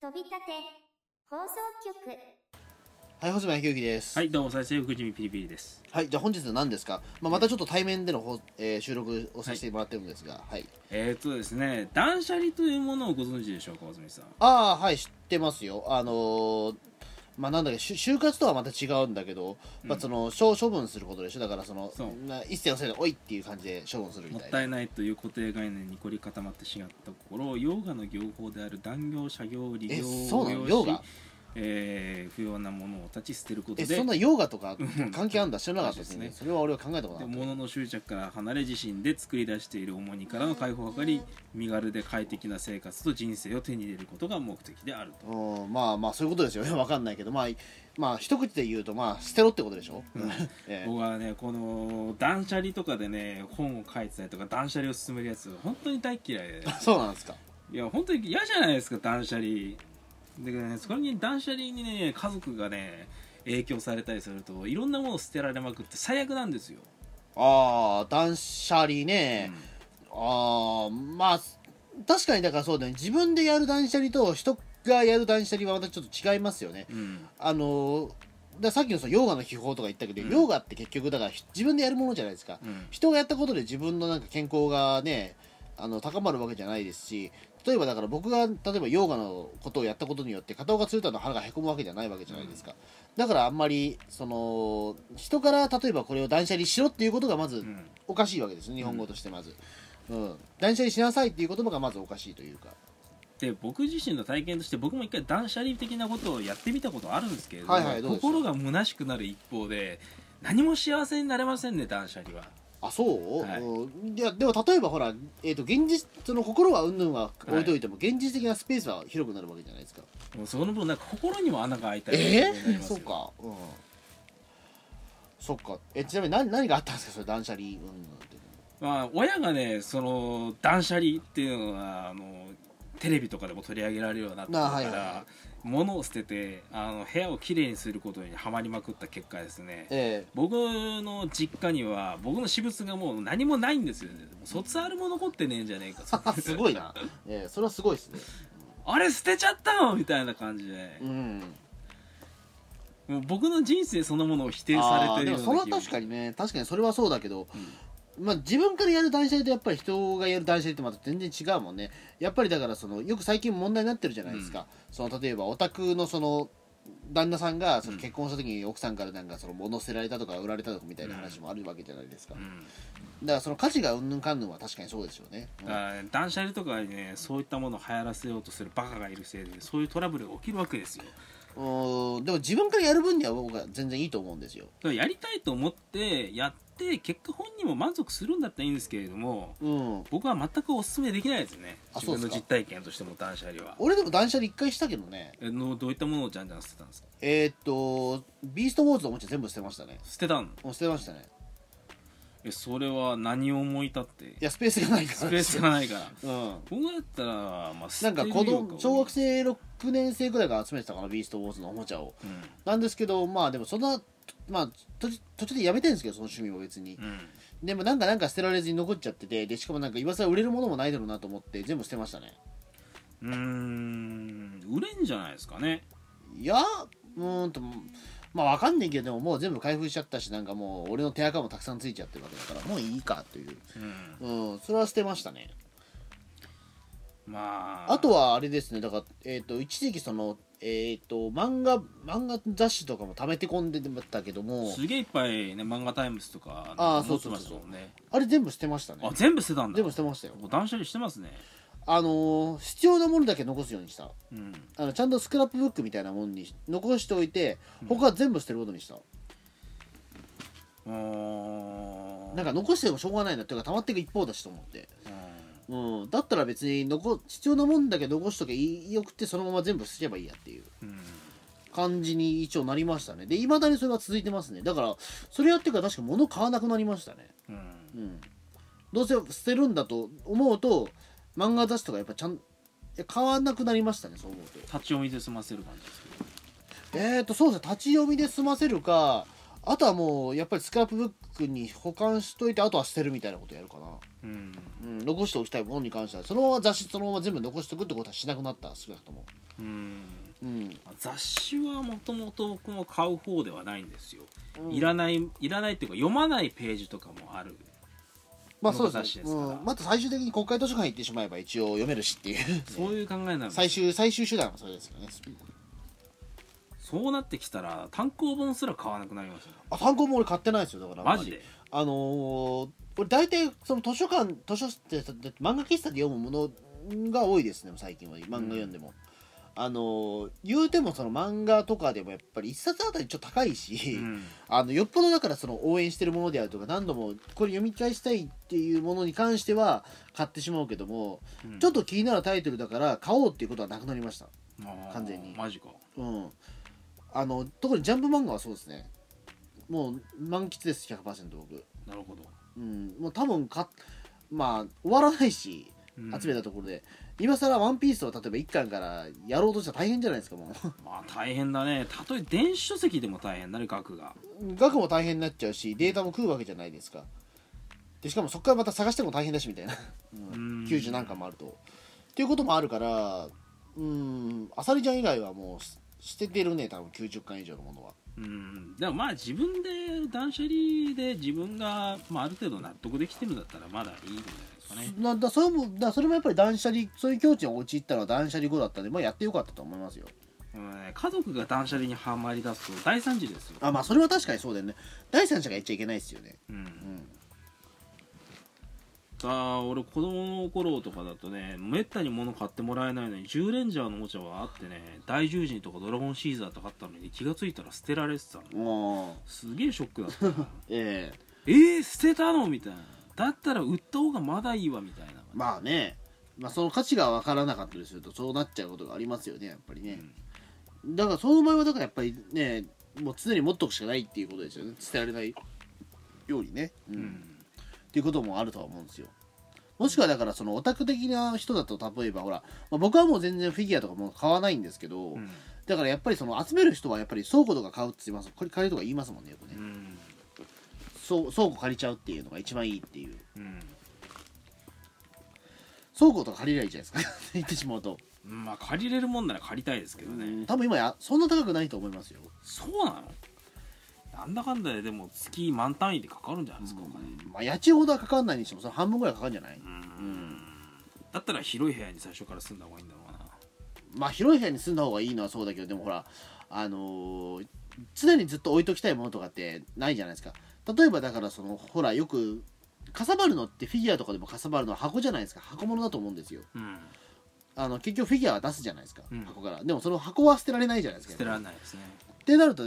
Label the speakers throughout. Speaker 1: 飛び立て放送局
Speaker 2: はい、星間之之です。
Speaker 3: はい、どうも、再生福君ピリピリです。
Speaker 2: はい。じゃあ本日は何ですか、まあ、またちょっと対面での放、えー収録をさせてもらってるんですが、はい。
Speaker 3: えー、っとですね、断捨離というものをご存知でしょうか、おつみさん。
Speaker 2: ああ、はい、知ってますよ。あのーまあなんだっけ、しゅ就活とはまた違うんだけど、まあその、処処分することでしょ。だからその、
Speaker 3: そう
Speaker 2: な一世のせいで、おいっていう感じで処分するみ
Speaker 3: もった
Speaker 2: いな。
Speaker 3: たいないという固定概念に凝り固まってしまった心、洋画の業法である断業、社業、利
Speaker 2: え、
Speaker 3: 業
Speaker 2: そうなのヨ
Speaker 3: を要
Speaker 2: ガ
Speaker 3: し、えー、不要なものを断ち捨てること
Speaker 2: え、
Speaker 3: で、
Speaker 2: そんなヨガとか関係あるんだ知らなかったですね。
Speaker 3: そうですね
Speaker 2: それは俺は考えたこと
Speaker 3: で
Speaker 2: なかっ
Speaker 3: 物の執着から離れ自身で作り出している重荷からの解放を図り、身軽で快適な生活と人生を手に入れることが目的であると。
Speaker 2: た。うん、まあまあそういうことですよね。わかんないけど、まあ、まあ一口で言うと、まあ捨てろってことでしょ。
Speaker 3: うん
Speaker 2: えー
Speaker 3: 僕はねこの断捨離とかでね本を書いてたりとか断捨離を進めるやつ本当に大嫌いで
Speaker 2: そうなんですか。
Speaker 3: いや本当に嫌じゃないですか断捨離だからねそれに断捨離にね家族がね影響されたりするといろんなものを捨てられまくって最悪なんですよ、
Speaker 2: ああ断捨離ね、
Speaker 3: うん
Speaker 2: ああまあ確かにだからそうだね自分でやる断捨離と人がやる断捨離はまたちょっと違いますよね
Speaker 3: うん
Speaker 2: あのーださっきのそのヨガの秘宝とか言ったけど、
Speaker 3: うん
Speaker 2: ヨガって結局だからひ自分でやるものじゃないですか、
Speaker 3: うん
Speaker 2: 人がやったことで自分のなんか健康がねあの高まるわけじゃないですし例えばだから僕が例えばヨガのことをやったことによって片岡鶴太の腹がへこむわけじゃないわけじゃないですか、だからあんまりその人から例えばこれを断捨離しろっていうことがまず
Speaker 3: うん
Speaker 2: おかしいわけですね日本語としてまず、うん、断捨離しなさいっていう言葉がまずおかしいというか
Speaker 3: で僕自身の体験として僕も一回断捨離的なことをやってみたことあるんですけれども、
Speaker 2: はいはいどうでした
Speaker 3: 心が虚しくなる一方で何も幸せになれませんね断捨離は
Speaker 2: あそう、
Speaker 3: はい
Speaker 2: うんいやでも例えばほら、えー、と現実その心はうんぬんは置いといても、現実的なスペースは広くなるわけじゃないですか
Speaker 3: もうその分なんか心にも穴が開いたり
Speaker 2: え
Speaker 3: とかになり
Speaker 2: ー、
Speaker 3: ます
Speaker 2: そ
Speaker 3: よ
Speaker 2: うかうんそっかえちなみに何何があったんですかそれ断捨離うんぬんって
Speaker 3: まあ、親がねその断捨離っていうのはあのテレビとかでも取り上げられるようになってたから、
Speaker 2: あはいはいはい
Speaker 3: 物を捨ててあの部屋をきれいにすることにはまりまくった結果ですね
Speaker 2: え
Speaker 3: 僕の実家には僕の私物がもう何もないんですよねもう卒アルも残ってねえんじゃねえか
Speaker 2: え すごいな、えー、それはすごいですね
Speaker 3: あれ捨てちゃったのみたいな感じで
Speaker 2: う、ん
Speaker 3: もう僕の人生そのものを否定
Speaker 2: あ
Speaker 3: さ
Speaker 2: ー
Speaker 3: れ
Speaker 2: で
Speaker 3: てる
Speaker 2: も
Speaker 3: よう
Speaker 2: それ
Speaker 3: な
Speaker 2: は
Speaker 3: 気分
Speaker 2: 確かにね確かにそれはそうだけど、まあ、自分からやる断捨離とやっぱり人がやる断捨離ってまた全然違うもんねやっぱりだからそのよく最近問題になってるじゃないですか、その例えばお宅のその旦那さんがその結婚した時に奥さんからなんかその物捨てられたとか売られたとかみたいな話もあるわけじゃないですか、
Speaker 3: うん
Speaker 2: だからその価値がうんぬんかんぬんは確かにそうですよね、うん
Speaker 3: だからね断捨離とかにねそういったものを流行らせようとするバカがいるせいでそういうトラブルが起きるわけですよ
Speaker 2: うーんでも自分からやる分には僕は全然いいと思うんですよ
Speaker 3: だからやりたいと思ってやって結果本人も満足するんだったらいいんですけれども
Speaker 2: うん
Speaker 3: 僕は全くおすすめできないですね
Speaker 2: あ
Speaker 3: 自
Speaker 2: そうで
Speaker 3: 分
Speaker 2: すか
Speaker 3: の実体験としても断捨離は
Speaker 2: 俺でも断捨離一回したけどね
Speaker 3: えのどういったものをじゃんじゃん捨てたんですか
Speaker 2: えー、っとビーストウォーズのおもちゃ全部捨てましたね
Speaker 3: 捨てたの
Speaker 2: もう捨てましたね
Speaker 3: えそれは何を思い立って
Speaker 2: いやスペースがないから
Speaker 3: スペースがないから
Speaker 2: うん
Speaker 3: 僕だったら、まあ、
Speaker 2: な
Speaker 3: 捨
Speaker 2: ん
Speaker 3: て
Speaker 2: か
Speaker 3: る
Speaker 2: 子供
Speaker 3: よ
Speaker 2: 小学生6年生ぐらいから集めてたかなビーストウォーズのおもちゃをなんですけどまあでもそんなまあ途中途中でやめてるんですけどその趣味も別に
Speaker 3: うん、うん、
Speaker 2: でもなんかなんか捨てられずに残っちゃっててでしかもなんか今更売れるものもないだろうなと思って全部捨てましたね
Speaker 3: うーん売れんじゃないですかね
Speaker 2: いやうーんとまあわかんないけどでももう全部開封しちゃったしなんかもう俺の手垢もたくさんついちゃってるわけだからもういいかという
Speaker 3: うん
Speaker 2: うんそれは捨てましたね
Speaker 3: まあ
Speaker 2: あとはあれですねだから、えー、と一時期その、えー、と漫画漫画雑誌とかも貯めて込んでたけども
Speaker 3: すげえいっぱいね漫画タイムスとか
Speaker 2: あー
Speaker 3: 載ってましたもんね
Speaker 2: あれ全部捨てましたね
Speaker 3: あ全部捨てたんだ
Speaker 2: 全部捨てましたよ
Speaker 3: 断捨離してますね
Speaker 2: あのー必要なものだけ残すようにした
Speaker 3: うん
Speaker 2: あのちゃんとスクラップブックみたいなものに残しておいて他は全部捨てることにした、
Speaker 3: うーん
Speaker 2: なんか残してもしょうがないなっていうか溜まっていく一方だしと思って、
Speaker 3: うん
Speaker 2: うん、だったら別に残必要なもんだけ残しとけばよくてそのまま全部捨てればいいやっていう
Speaker 3: うん
Speaker 2: 感じに一応なりましたねでいまだにそれが続いてますねだからそれやってから確か物買わなくなりましたね
Speaker 3: うん
Speaker 2: うん、どうせ捨てるんだと思うと漫画雑誌とかやっぱちゃんいや買わなくなりましたねそう思うと
Speaker 3: 立ち読みで済ませる感じですけど
Speaker 2: えっ、ー、とそうですね立ち読みで済ませるかあとはもうやっぱりスクラップブックに保管しといてあとは捨てるみたいなことやるかな、
Speaker 3: うん
Speaker 2: うん、残しておきたいものに関してはそのまま雑誌そのまま全部残しておくってことはしなくなった少なくとも
Speaker 3: うん
Speaker 2: うん、
Speaker 3: 雑誌はもともと僕も買う方ではないんですよ、いらないいらないっていうか読まないページとかもある
Speaker 2: まあそう
Speaker 3: のが
Speaker 2: で
Speaker 3: 雑誌
Speaker 2: す
Speaker 3: で
Speaker 2: ね、
Speaker 3: すから
Speaker 2: うん、また最終的に国会図書館行ってしまえば一応読めるしっていう
Speaker 3: そういう考えなの
Speaker 2: 最終最終手段はそれですよね
Speaker 3: そうなってきたら単行本すら買わなくなりましたね
Speaker 2: あ単行も俺買ってないですよだから
Speaker 3: マジで
Speaker 2: あのー、俺大体その図書館図書室ってだって漫画喫茶で読むものが多いですね最近は漫画読んでも、あのー、言うてもその漫画とかでもやっぱり一冊あたりちょっと高いし、
Speaker 3: うん
Speaker 2: あのよっぽどだからその応援してるものであるとか何度もこれ読み返したいっていうものに関しては買ってしまうけども、
Speaker 3: うん
Speaker 2: ちょっと気になるタイトルだから買おうっていうことはなくなりました
Speaker 3: あー
Speaker 2: 完全に
Speaker 3: マジか
Speaker 2: うんあの特にジャンプ漫画はそうですねもう満喫です100%僕
Speaker 3: なるほど、
Speaker 2: うんもう多分かまあ終わらないし
Speaker 3: うん
Speaker 2: 集めたところで、今更ワンピースを例えば1巻からやろうとしたら大変じゃないですかもう
Speaker 3: まあ大変だねたとえ電子書籍でも大変だね額が
Speaker 2: 額も大変になっちゃうしデータも食うわけじゃないですかでしかもそこからまた探しても大変だしみ たいな
Speaker 3: うん
Speaker 2: 90なんかもあると。っていうこともあるから、うん、あさりちゃん以外はもうす捨ててるね、多分90巻以上のものは。
Speaker 3: うんでもまあ自分で断捨離で自分が、まあ、ある程度納得できてるんだったらまだいいんじゃないですかね
Speaker 2: なだそれもだそれもやっぱり断捨離、そういう境地に陥ったのは断捨離後だったんで、まあ、やってよかったと思いますよ。
Speaker 3: うんね家族が断捨離にはまりだすと大惨事ですよ、
Speaker 2: あ、まあ、それは確かにそうだよね。第三者が言っちゃいけないですよね。
Speaker 3: う、
Speaker 2: うんん。
Speaker 3: あー俺子供の頃とかだとねめったに物買ってもらえないのに10レンジャーのおもちゃはあってね大十人とかドラゴンシーザーとかあったのに気がついたら捨てられてたの
Speaker 2: も
Speaker 3: すげえショックだった な
Speaker 2: う、ええ
Speaker 3: えー、捨てたのみたいなだったら売った方がまだいいわみたいな、
Speaker 2: まあね、まあ、その価値が分からなかったりすると、そうなっちゃうことがありますよね、やっぱりね。だから、その場合は、だからやっぱりね、もう常に持っとくしかないっていうことですよね。捨てられないようにね。
Speaker 3: う
Speaker 2: うん
Speaker 3: ん
Speaker 2: っていうこともあるとは思うんですよもしくはだからそのオタク的な人だと例えばほら、まあ、僕はもう全然フィギュアとかもう買わないんですけど、
Speaker 3: うん
Speaker 2: だからやっぱりその集める人はやっぱり倉庫とか買うって言いますこれ借りとか言いますもんねよく
Speaker 3: う
Speaker 2: ね、
Speaker 3: ん
Speaker 2: そう倉庫借りちゃうっていうのが一番いいっていう
Speaker 3: うん
Speaker 2: 倉庫とか借りりゃいいじゃないですか 言ってしまうと、
Speaker 3: まあ借りれるもんなら借りたいですけどね、
Speaker 2: 多分今やそんな高くないと思いますよ、
Speaker 3: そうなのなんだかんだででも月満単位でかかるんじゃないですか、お金
Speaker 2: まあ、家賃ほどはかかんないにしてもその半分ぐらいかかるんじゃない、
Speaker 3: だったら広い部屋に最初から住んだ方がいいんだろうな
Speaker 2: まあ広い部屋に住んだ方がいいのはそうだけどでもほらあのー常にずっと置いときたいものとかってないじゃないですか例えばだからそのほらよくかさばるのってフィギュアとかでもかさばるのは箱じゃないですか箱物だと思うんですよ
Speaker 3: うん
Speaker 2: あの結局フィギュアは出すじゃないですか、
Speaker 3: うん
Speaker 2: 箱からでもその箱は捨てられないじゃないですか
Speaker 3: 捨てられないですね
Speaker 2: ってなると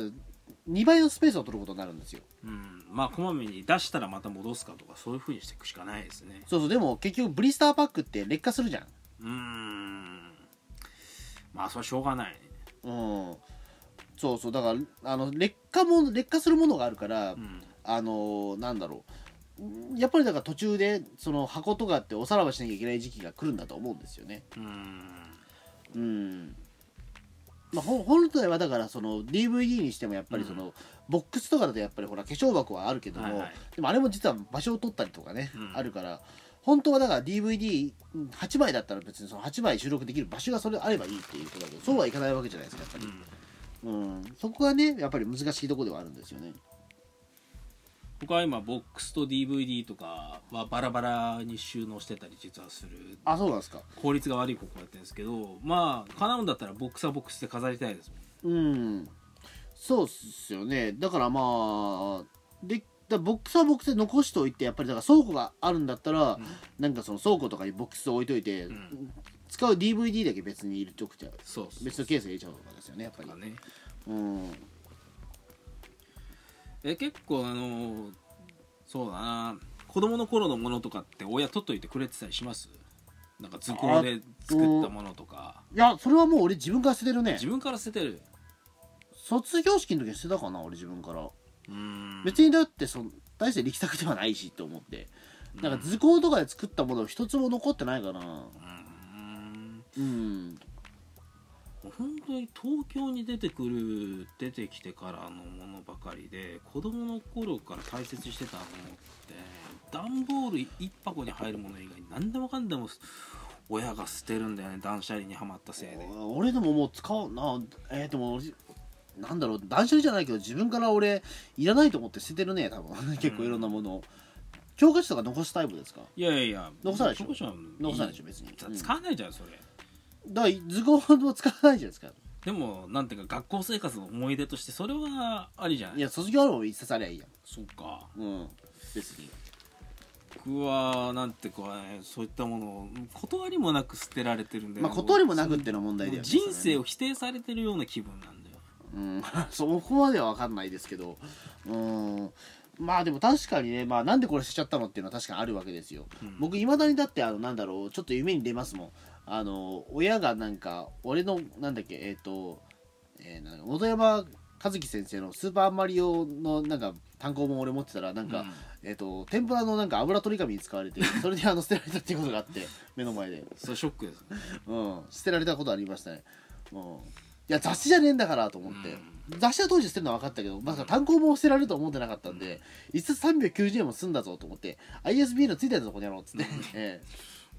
Speaker 2: 2倍のスペースを取ることになるんですよ
Speaker 3: うんまあこまめに出したらまた戻すかとかそういうふうにしていくしかないですね
Speaker 2: そうそうでも結局ブリスターパックって劣化するじゃん
Speaker 3: うーんまあそれはしょうがないね
Speaker 2: うんそうそうだからあの劣化も劣化するものがあるから、
Speaker 3: うん
Speaker 2: あのーなんだろうやっぱりだから途中でその箱とかっておさらばしなきゃいけない時期が来るんだと思うんですよね
Speaker 3: うーん
Speaker 2: うんまあ、ほ本来はだからその DVD にしてもやっぱりその、ボックスとかだとやっぱりほら化粧箱はあるけども、
Speaker 3: はいはい
Speaker 2: でもあれも実は場所を取ったりとかね、
Speaker 3: うん
Speaker 2: あるから本当はだから DVD8 枚だったら別にその8枚収録できる場所がそれあればいいっていうことだけどそうはいかないわけじゃないですかやっぱり、
Speaker 3: う
Speaker 2: う
Speaker 3: ん
Speaker 2: ん、そこがねやっぱり難しいところではあるんですよね
Speaker 3: 僕は今ボックスと DVD とかはバラバラに収納してたり実はする
Speaker 2: あそうなんですか
Speaker 3: 効率が悪いことやってるんですけどまあ叶うんだったらボックスはボックスで飾りたいですもん
Speaker 2: うんそうっすよねだからまあでだボックスはボックスで残しておいてやっぱりだから倉庫があるんだったら、なんかその倉庫とかにボックスを置いといて、
Speaker 3: ん
Speaker 2: 使う DVD だけ別に入れておくじゃ
Speaker 3: そうっす
Speaker 2: 別のケースに入れちゃうとかですよねやっぱ
Speaker 3: と
Speaker 2: り
Speaker 3: かね
Speaker 2: うん
Speaker 3: え結構あのーそうだな子供の頃のものとかって親取っといてくれてたりしますなんか図工で作ったものとか
Speaker 2: いやそれはもう俺自分から捨ててるね
Speaker 3: 自分から捨ててる
Speaker 2: 卒業式の時に捨てたかな俺自分から、
Speaker 3: うーん
Speaker 2: 別にだってその大して力作ではないしと思ってなんか図工とかで作ったもの一つも残ってないかな
Speaker 3: うーん
Speaker 2: うん、
Speaker 3: 本当に東京に出てくる出てきてからのものばかりで子供の頃から大切にしてたものって段ボール一箱に入るもの以外何でもかんでも親が捨てるんだよね断捨離にはまったせいで
Speaker 2: 俺でももう使おうなえー、でも俺なんだろう断捨離じゃないけど自分から俺いらないと思って捨ててるね多分結構いろんなものを、教科書とか残すタイプですか
Speaker 3: いやいやいや
Speaker 2: 残さないでしょ
Speaker 3: 残さ
Speaker 2: 残さないでしょ別に、うん
Speaker 3: 使わないじゃんそれ
Speaker 2: だから図工も使わないじゃないですか
Speaker 3: でもなんていうか学校生活の思い出としてそれはありじゃない
Speaker 2: いや卒業アルバム一冊ありゃいいや
Speaker 3: そうか
Speaker 2: んうん別に
Speaker 3: 僕はなんていうかねそういったものを断りもなく捨てられてるんで、
Speaker 2: まあ断りもなくっていうのは問題だ
Speaker 3: も
Speaker 2: よ
Speaker 3: う
Speaker 2: ね
Speaker 3: 人生
Speaker 2: を
Speaker 3: を否定されてるような気分なんだよ
Speaker 2: うん そこまでは分かんないですけどうんまあでも確かにね、まあ、なんでこれしちゃったのっていうのは確かにあるわけですよ、
Speaker 3: うん
Speaker 2: 僕いまだにだってあのなんだろうちょっと夢に出ますもんあの親がなんか俺のなんだっけえっ、と、えーなんか元山和樹先生の「スーパーマリオ」のなんか単行本俺持ってたらなんか、
Speaker 3: うん
Speaker 2: えっ、と天ぷらのなんか油取り紙に使われてそれであの捨てられたっていうことがあって目の前で
Speaker 3: それショックですね
Speaker 2: うん、捨てられたことありましたね、うん、いや雑誌じゃねえんだからと思って、雑誌は当時捨てるのは分かったけどまさか単行本を捨てられると思ってなかったんで、一冊390円も済んだぞと思って ISB のついたやつのこにやろうっつって、え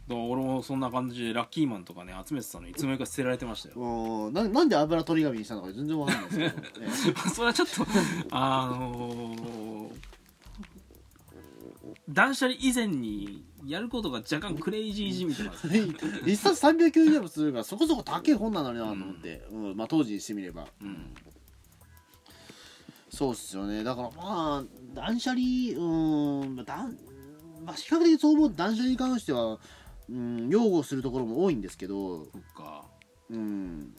Speaker 3: だから俺もそんな感じでラッキーマンとかね集めてたのにいつの間にか捨てられてました
Speaker 2: え、
Speaker 3: よ
Speaker 2: もうななんで油取り紙にしたのか全然分かんないですけど、 ええ
Speaker 3: それはちょっとあのー断捨離以前にやることが若干クレイジージみたいな
Speaker 2: 一冊390円もするからそこそこ高い本なのになと思って、うんまあ、当時にしてみれば、
Speaker 3: ん
Speaker 2: そうっすよねだからまあ断捨離うんまあ断まあ比較的そう思う断捨離に関しては、うん、擁護するところも多いんですけど、
Speaker 3: とか
Speaker 2: うん、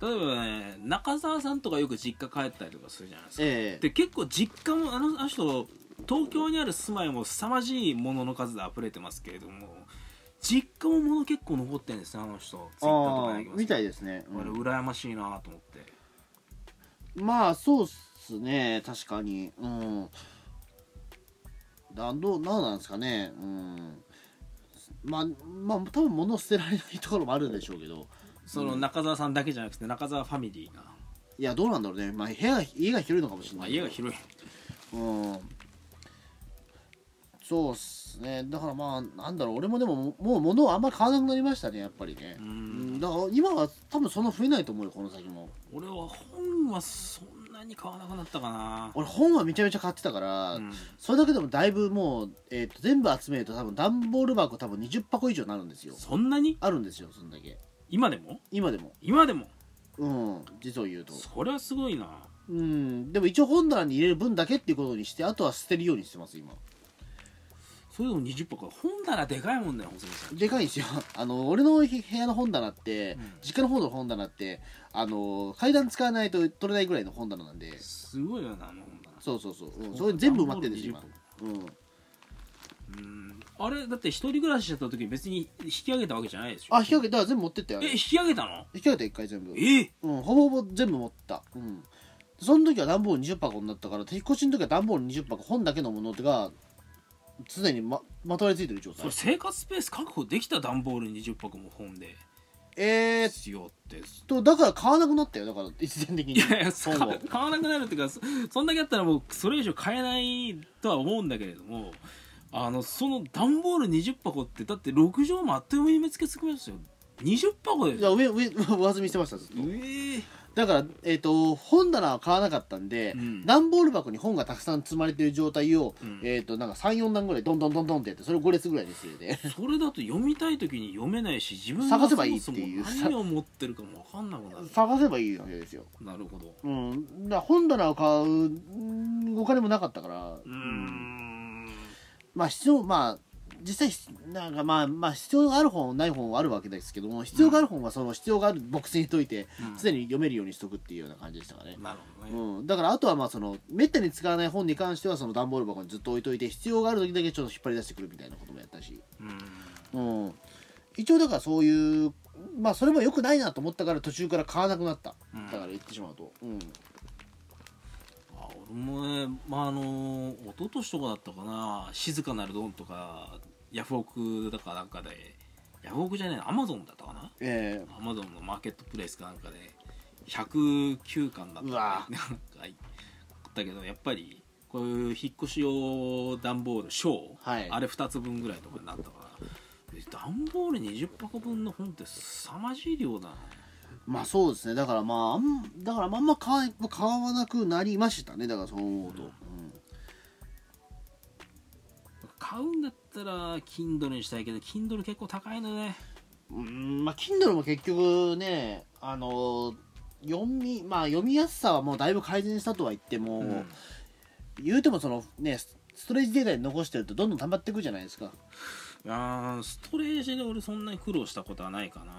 Speaker 3: 例えばね中澤さんとかよく実家帰ったりとかするじゃないですか
Speaker 2: ええ
Speaker 3: で結構実家もあのあの人東京にある住まいも凄まじいものの数で溢れてますけれども実家も物結構残ってるんですねあの人ツイッターとか
Speaker 2: あ
Speaker 3: にあげ
Speaker 2: あ
Speaker 3: ます
Speaker 2: みたいですね、うん
Speaker 3: 俺羨ましいなと思って
Speaker 2: まあそうっすね確かにうんだどうなんなんですかねうんまあまあ多分物を捨てられないところもあるんでしょうけど
Speaker 3: その中澤さんだけじゃなくて中澤ファミリーが、
Speaker 2: いやどうなんだろうねまあ部屋が家が広いのかもしれ
Speaker 3: ま
Speaker 2: な
Speaker 3: あ、
Speaker 2: いけ
Speaker 3: 家
Speaker 2: ど
Speaker 3: が広い
Speaker 2: うんそうっすねだからまあなんだろう俺もでもももう物をあんまり買わなくなりましたねやっぱりね
Speaker 3: うん
Speaker 2: うんだから今は多分そんな増えないと思うよこの先も
Speaker 3: 俺は本はそんなに買わなくなったかな
Speaker 2: 俺本はめちゃめちゃ買ってたから、
Speaker 3: うん
Speaker 2: それだけでもだいぶもう、えー、と全部集めると多分段ボール箱多分20箱以上になるんですよ
Speaker 3: そんなに
Speaker 2: あるんですよそんだけ
Speaker 3: 今でも
Speaker 2: 今でも
Speaker 3: 今でも
Speaker 2: うん実を言うと
Speaker 3: それはすごいな
Speaker 2: うんでも一応本棚に入れる分だけっていうことにしてあとは捨てるようにしてます今
Speaker 3: それでも20箱本棚でかいもんだよ細野さん
Speaker 2: でかいんですよ あの俺の部屋の本棚って、
Speaker 3: うん
Speaker 2: 実家の方の本棚ってあの階段使わないと取れないぐらいの本棚なんです
Speaker 3: ごいよなあの本棚
Speaker 2: そうそうそう、うん、それ全部埋まってるんですよ
Speaker 3: 段ボ
Speaker 2: 今うん
Speaker 3: うんあれだって一人暮らししてた時別に引き上げたわけじゃないでしょ
Speaker 2: あ引き上げた全部持ってったよあ
Speaker 3: え
Speaker 2: れ
Speaker 3: 引
Speaker 2: 引
Speaker 3: き上げたの
Speaker 2: き上げた一回全部
Speaker 3: え
Speaker 2: うん、ほぼほぼ全部持った。うん。その時は段ボール20箱になったから、引っ越しの時は段ボール20箱、本だけのものが、常にま、まとわりついてる状
Speaker 3: そ
Speaker 2: 態
Speaker 3: れ。生活スペース確保できた段ボール20箱も本で
Speaker 2: えーっ
Speaker 3: 必要って
Speaker 2: と、だから買わなくなったよ、だから、一然的に。
Speaker 3: いやいやそ
Speaker 2: 本を。
Speaker 3: 買わなくなるっていうかそそんだけあったらもうそれ以上買えないとは思うんだけれどもあのその段ボール20箱ってだって6畳もあっという間に見つけつきますよ20箱で
Speaker 2: いや上、上、上積みしてました、ずっと。
Speaker 3: ええ
Speaker 2: だから、えーっ、と、本棚は買わなかったんで、
Speaker 3: うん
Speaker 2: 段ボール箱に本がたくさん積まれてる状態を、
Speaker 3: うん
Speaker 2: えーっ、と、なんか3、4段ぐらい、どんどんどんどんってやって、それを5列ぐらいにするで。
Speaker 3: それだと読みたい時に読めないし自分
Speaker 2: 探
Speaker 3: が
Speaker 2: せ
Speaker 3: そ
Speaker 2: ばいい
Speaker 3: も
Speaker 2: って
Speaker 3: そも
Speaker 2: いう
Speaker 3: 何を持ってるかも分かんなくなる
Speaker 2: 探せばいいわけですよ。
Speaker 3: なるほど
Speaker 2: うん、だから本棚を買ううんお金もなかったから、
Speaker 3: うーん
Speaker 2: まあ必要まあ実際ひなんかまあまあ必要がある本ない本はあるわけですけども必要がある本はその必要があるボックスに入れといて、
Speaker 3: うん
Speaker 2: 常に読めるようにしとくっていうような感じでしたかね、
Speaker 3: なるほどね、
Speaker 2: うん、だからあとはまあそのめったに使わない本に関してはその段ボール箱にずっと置いといて必要がある時だけちょっと引っ張り出してくるみたいなこともやったし、
Speaker 3: うん
Speaker 2: うん、一応だからそういうまあそれも良くないなと思ったから途中から買わなくなった、
Speaker 3: うん
Speaker 2: だから言ってしまうと、うん、
Speaker 3: あ俺もね、まあ、あの一昨年とかだったかな「静かなるドン」とかヤフオクだかなんかでヤフオクじゃないアマゾンだったかな
Speaker 2: え
Speaker 3: アマゾンのマーケットプレイスかなんかで109巻だったか
Speaker 2: う
Speaker 3: な
Speaker 2: わ
Speaker 3: なんかだけどやっぱりこういう引っ越し用段ボール小、
Speaker 2: はい
Speaker 3: あれ2つ分ぐらいとかになったからで段ボール20箱分の本って凄まじい量だな
Speaker 2: えまあそうですねだからまああんだからまああんま買わ買わなくなりましたねだからそう思うと、
Speaker 3: 買うんだったら Kindle にしたいけど Kindle 結構高いのね
Speaker 2: うん、うんまあ Kindle も結局ねあの読みまあ読みやすさはもうだいぶ改善したとは言っても、
Speaker 3: うん
Speaker 2: 言うてもそのねスストレージデータに残してるとどんどん溜まっていくじゃないですか
Speaker 3: あーストレージで俺そんなに苦労したことはないかな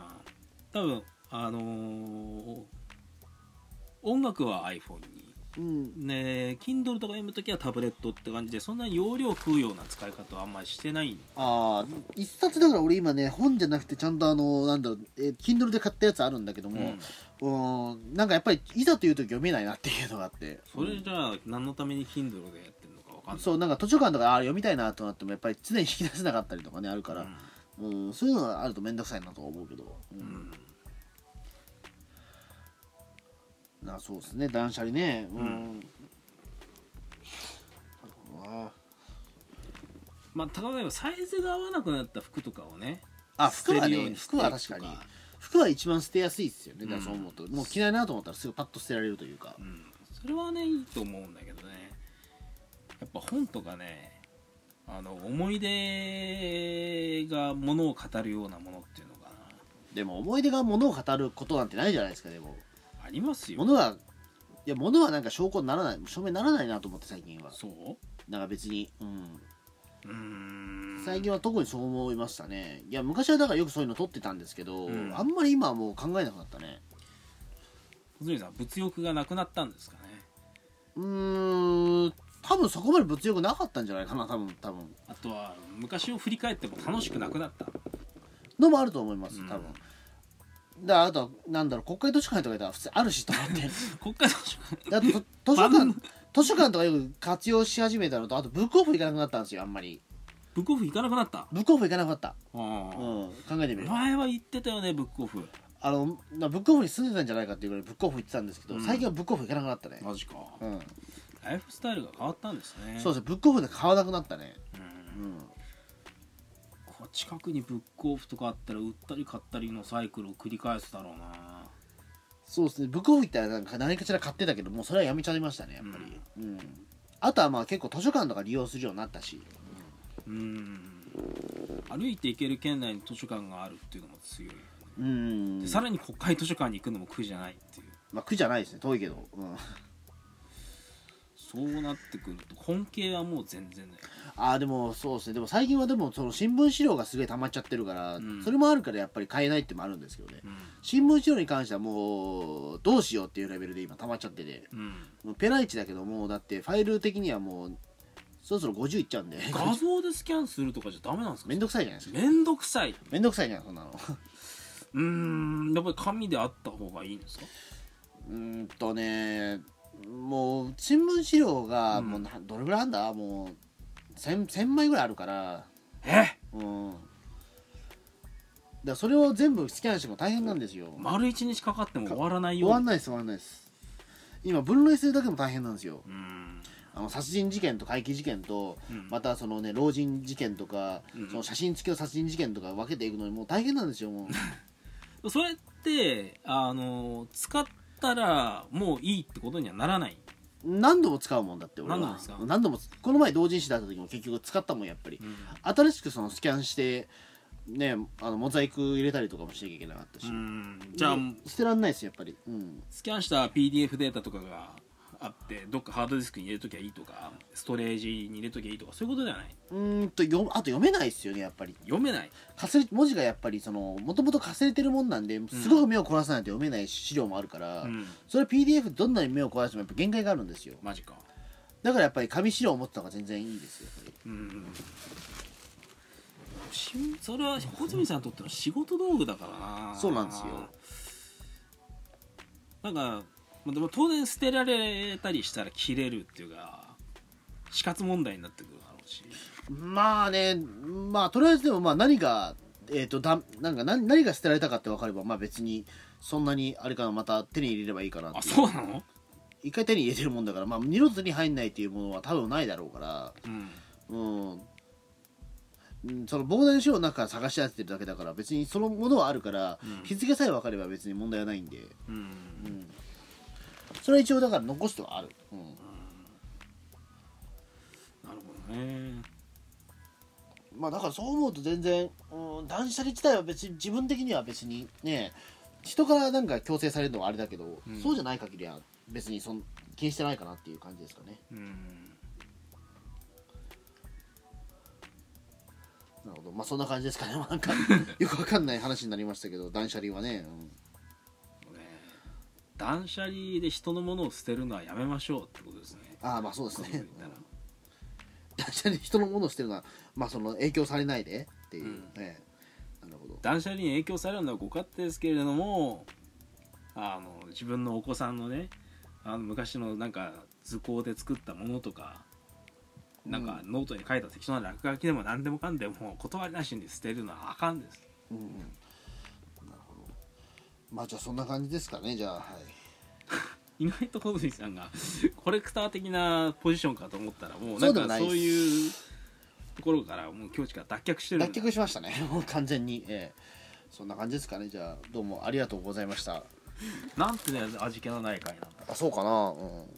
Speaker 3: 多分あのー音楽は iPhone に
Speaker 2: うん
Speaker 3: ね Kindle とか読むときはタブレットって感じでそんなに容量食うような使い方はあんまりしてない
Speaker 2: ああ一冊だから俺今ね本じゃなくてちゃんとあのなんだろう、えー Kindle で買ったやつあるんだけども、
Speaker 3: うん
Speaker 2: うんなんかやっぱりいざという時読めないなっていうのがあって
Speaker 3: それじゃあ何のために Kindle でやってるのかわかんない
Speaker 2: そうなんか図書館とかあー読みたいなとなってもやっぱり常に引き出せなかったりとかねあるから、うん、そういうのがあると面倒くさいなとは思うけど、うん
Speaker 3: うんうん
Speaker 2: なそうですね断捨離ねうん、あ
Speaker 3: まあ例えばサイズが合わなくなった服とかをね
Speaker 2: あ服は
Speaker 3: 捨てるよう
Speaker 2: ね
Speaker 3: にして
Speaker 2: 服は確かに服は一番捨てやすいですよねだからそう思うと、もう着ないなと思ったらすぐパッと捨てられるというか、
Speaker 3: うん、それはねいいと思うんだけどねやっぱ本とかねあの思い出がものを語るようなものっていうのが
Speaker 2: でも思い出が物を語ることなんてないじゃないですかでも
Speaker 3: ありますよ
Speaker 2: 物はいや物はなんか証拠にならない証明にならないなと思って最近は
Speaker 3: そ
Speaker 2: なんか別に、うん、
Speaker 3: ううーん
Speaker 2: 最近は特にそう思いましたねいや昔はだからよくそういうの撮ってたんですけど、
Speaker 3: うん
Speaker 2: あんまり今はもう考えなくなったね
Speaker 3: 小泉さん物欲がなくなったんですかね
Speaker 2: うーん多分そこまで物欲なかったんじゃないかな多分多分
Speaker 3: あとは昔を振り返っても楽しくなくなった
Speaker 2: のもあると思います
Speaker 3: うん
Speaker 2: 多分、だからあとはなんだろう国会図書館とかいたら普通あるしと思 って
Speaker 3: 国家図書館
Speaker 2: だってと図書
Speaker 3: バ
Speaker 2: 館
Speaker 3: ン
Speaker 2: 図書館とかよく活用し始めたのとあとブックオフ行かなくなったんですよあんまり
Speaker 3: ブックオフ行かなくなったあ
Speaker 2: ブックオフ行かなくなった、
Speaker 3: あ
Speaker 2: うん、考えてみる
Speaker 3: 前は行ってたよねブックオフ
Speaker 2: あのなブックオフに住んでたんじゃないかっていうぐらいブックオフ行ってたんですけど、
Speaker 3: うん
Speaker 2: 最近はブックオフ行かなくなったね
Speaker 3: マジか
Speaker 2: うん、
Speaker 3: ライフスタイルが変わったんですね
Speaker 2: そうですねブックオフで買わなくなったね
Speaker 3: うん
Speaker 2: うん
Speaker 3: こう近くにブックオフとかあったら売ったり買ったりのサイクルを繰り返すだろうな
Speaker 2: そうですねブックオフ行ったらなんか何かしら買ってたけどもうそれはやめちゃいましたねやっぱりうん、あとはまあ結構図書館とか利用するようになったし
Speaker 3: うん歩いて行ける県内に図書館があるっていうのも強いよね
Speaker 2: うん
Speaker 3: でさらに国会図書館に行くのも苦じゃないっていう
Speaker 2: まあ苦じゃないですね遠いけど、うん、
Speaker 3: そうなってくると本系はもう全然ない
Speaker 2: ああでもそうですねでも最近はでもその新聞資料がすごい溜まっちゃってるから、
Speaker 3: うん
Speaker 2: それもあるからやっぱり買えないってのもあるんですけどね新聞資料に関してはもうどうしようっていうレベルで今溜まっちゃってて
Speaker 3: うん、うん、
Speaker 2: もうペライチだけどもうだってファイル的にはもうそろそろ50いっちゃうんで
Speaker 3: 画像でスキャンするとかじゃダメなんです か
Speaker 2: めんどくさいじゃないですか
Speaker 3: めんどくさい
Speaker 2: めんどくさいじゃんそんなの
Speaker 3: うーんやっぱり紙であった方がいいんですか
Speaker 2: うーんとねもう新聞資料が
Speaker 3: うん
Speaker 2: もうな、どれぐらいあんだもう 1000, 1000枚ぐらいあるから
Speaker 3: え
Speaker 2: うんだからそれを全部スキャンしても大変なんですよ、
Speaker 3: 丸一日かかっても終わらない
Speaker 2: 終
Speaker 3: ように
Speaker 2: わんないです終わんないです今分類するだけでも大変なんですよ
Speaker 3: うん
Speaker 2: あの殺人事件と怪奇事件と、
Speaker 3: うん
Speaker 2: またそのね老人事件とか、
Speaker 3: うん
Speaker 2: その写真付きの殺人事件とか分けていくのにもう大変なんですよもう
Speaker 3: それってあの使ったらもういいってことにはならない
Speaker 2: 何度も使うもんだって俺は
Speaker 3: 何度も使う
Speaker 2: 何度もこの前同人誌だった時も結局使ったもんやっぱり、新しくそのスキャンしてねあのモザイク入れたりとかもしなきゃいけなかったし、
Speaker 3: うんじゃあ
Speaker 2: 捨てらんないですよやっぱりうん
Speaker 3: スキャンした PDF データとかがあってどっかハードディスクに入れときゃいいとかストレージに入れときゃいいとかそういうことではないう
Speaker 2: ーんとよあと読めないですよねやっぱり
Speaker 3: 読めない
Speaker 2: かすれ文字がやっぱりそのもともとかすれてるもんなんですごく目を凝らさないと読めない資料もあるから、
Speaker 3: うん
Speaker 2: それ PDF どんなに目を凝らしてもやっぱ限界があるんですよ
Speaker 3: マジか
Speaker 2: だからやっぱり紙資料を持ってた方が全然いいですよやっぱ
Speaker 3: うんしそれは小泉さんにとっての仕事道具だからな
Speaker 2: そうなんですよ
Speaker 3: なんかまあでも当然捨てられたりしたら切れるっていうか死活問題になってくるだろうし
Speaker 2: りまあねまあとりあえずでもまあ何かえー、とだなんか何何が捨てられたかって分かれば、まあ、別にそんなにあれかなまた手に入れればいいかなってい
Speaker 3: あ
Speaker 2: う
Speaker 3: そうなの
Speaker 2: 一回手に入れてるもんだから、まあ、二度と手に入んないっていうものは多分ないだろうから、
Speaker 3: うん
Speaker 2: うんうん、その膨大な資料の中から探し当ててるだけだから別にそのものはあるから、
Speaker 3: うん
Speaker 2: 日付さえ分かれば別に問題はないんで、
Speaker 3: うん
Speaker 2: うん、それは一応だから残してはある、うん
Speaker 3: なるほどね
Speaker 2: まあ、だからそう思うと全然、うん、断捨離自体は別に自分的には別にね人からなんか強制されるのはあれだけど、
Speaker 3: うん
Speaker 2: そうじゃない限りは別にそん気にしてないかなっていう感じですかね
Speaker 3: うん
Speaker 2: なるほどまあそんな感じですかね なんかよくわかんない話になりましたけど断捨離はね、うん
Speaker 3: ね断捨離で人のものを捨てるのはやめましょうってことですね
Speaker 2: ああまあそうです
Speaker 3: そうい
Speaker 2: ね
Speaker 3: うふうに言っ
Speaker 2: 断捨離人のものをしてるのはまあその影響されないでっていう、
Speaker 3: うん
Speaker 2: ねなるほど
Speaker 3: たら断捨離に影響されるのはご勝手ですけれどもあの自分のお子さんのねあの昔のなんか図工で作ったものとかなんかノートに書いた適当な落書きでも何でもかんでも断りなしに捨てるのはあかんです
Speaker 2: うんうんなるほどまあじゃあそんな感じですかねじゃあはい
Speaker 3: 意外と小泉さんが コレクター的なポジションかと思ったらもう
Speaker 2: そ
Speaker 3: な
Speaker 2: うんでも
Speaker 3: か
Speaker 2: ない
Speaker 3: そ
Speaker 2: です
Speaker 3: ういうところからもう境地から脱却してるんだ
Speaker 2: 脱却しましたね もう完全に、ええそんな感じですかねじゃあどうもありがとうございました
Speaker 3: なんてね味気のない回なんだ
Speaker 2: あそうかなうん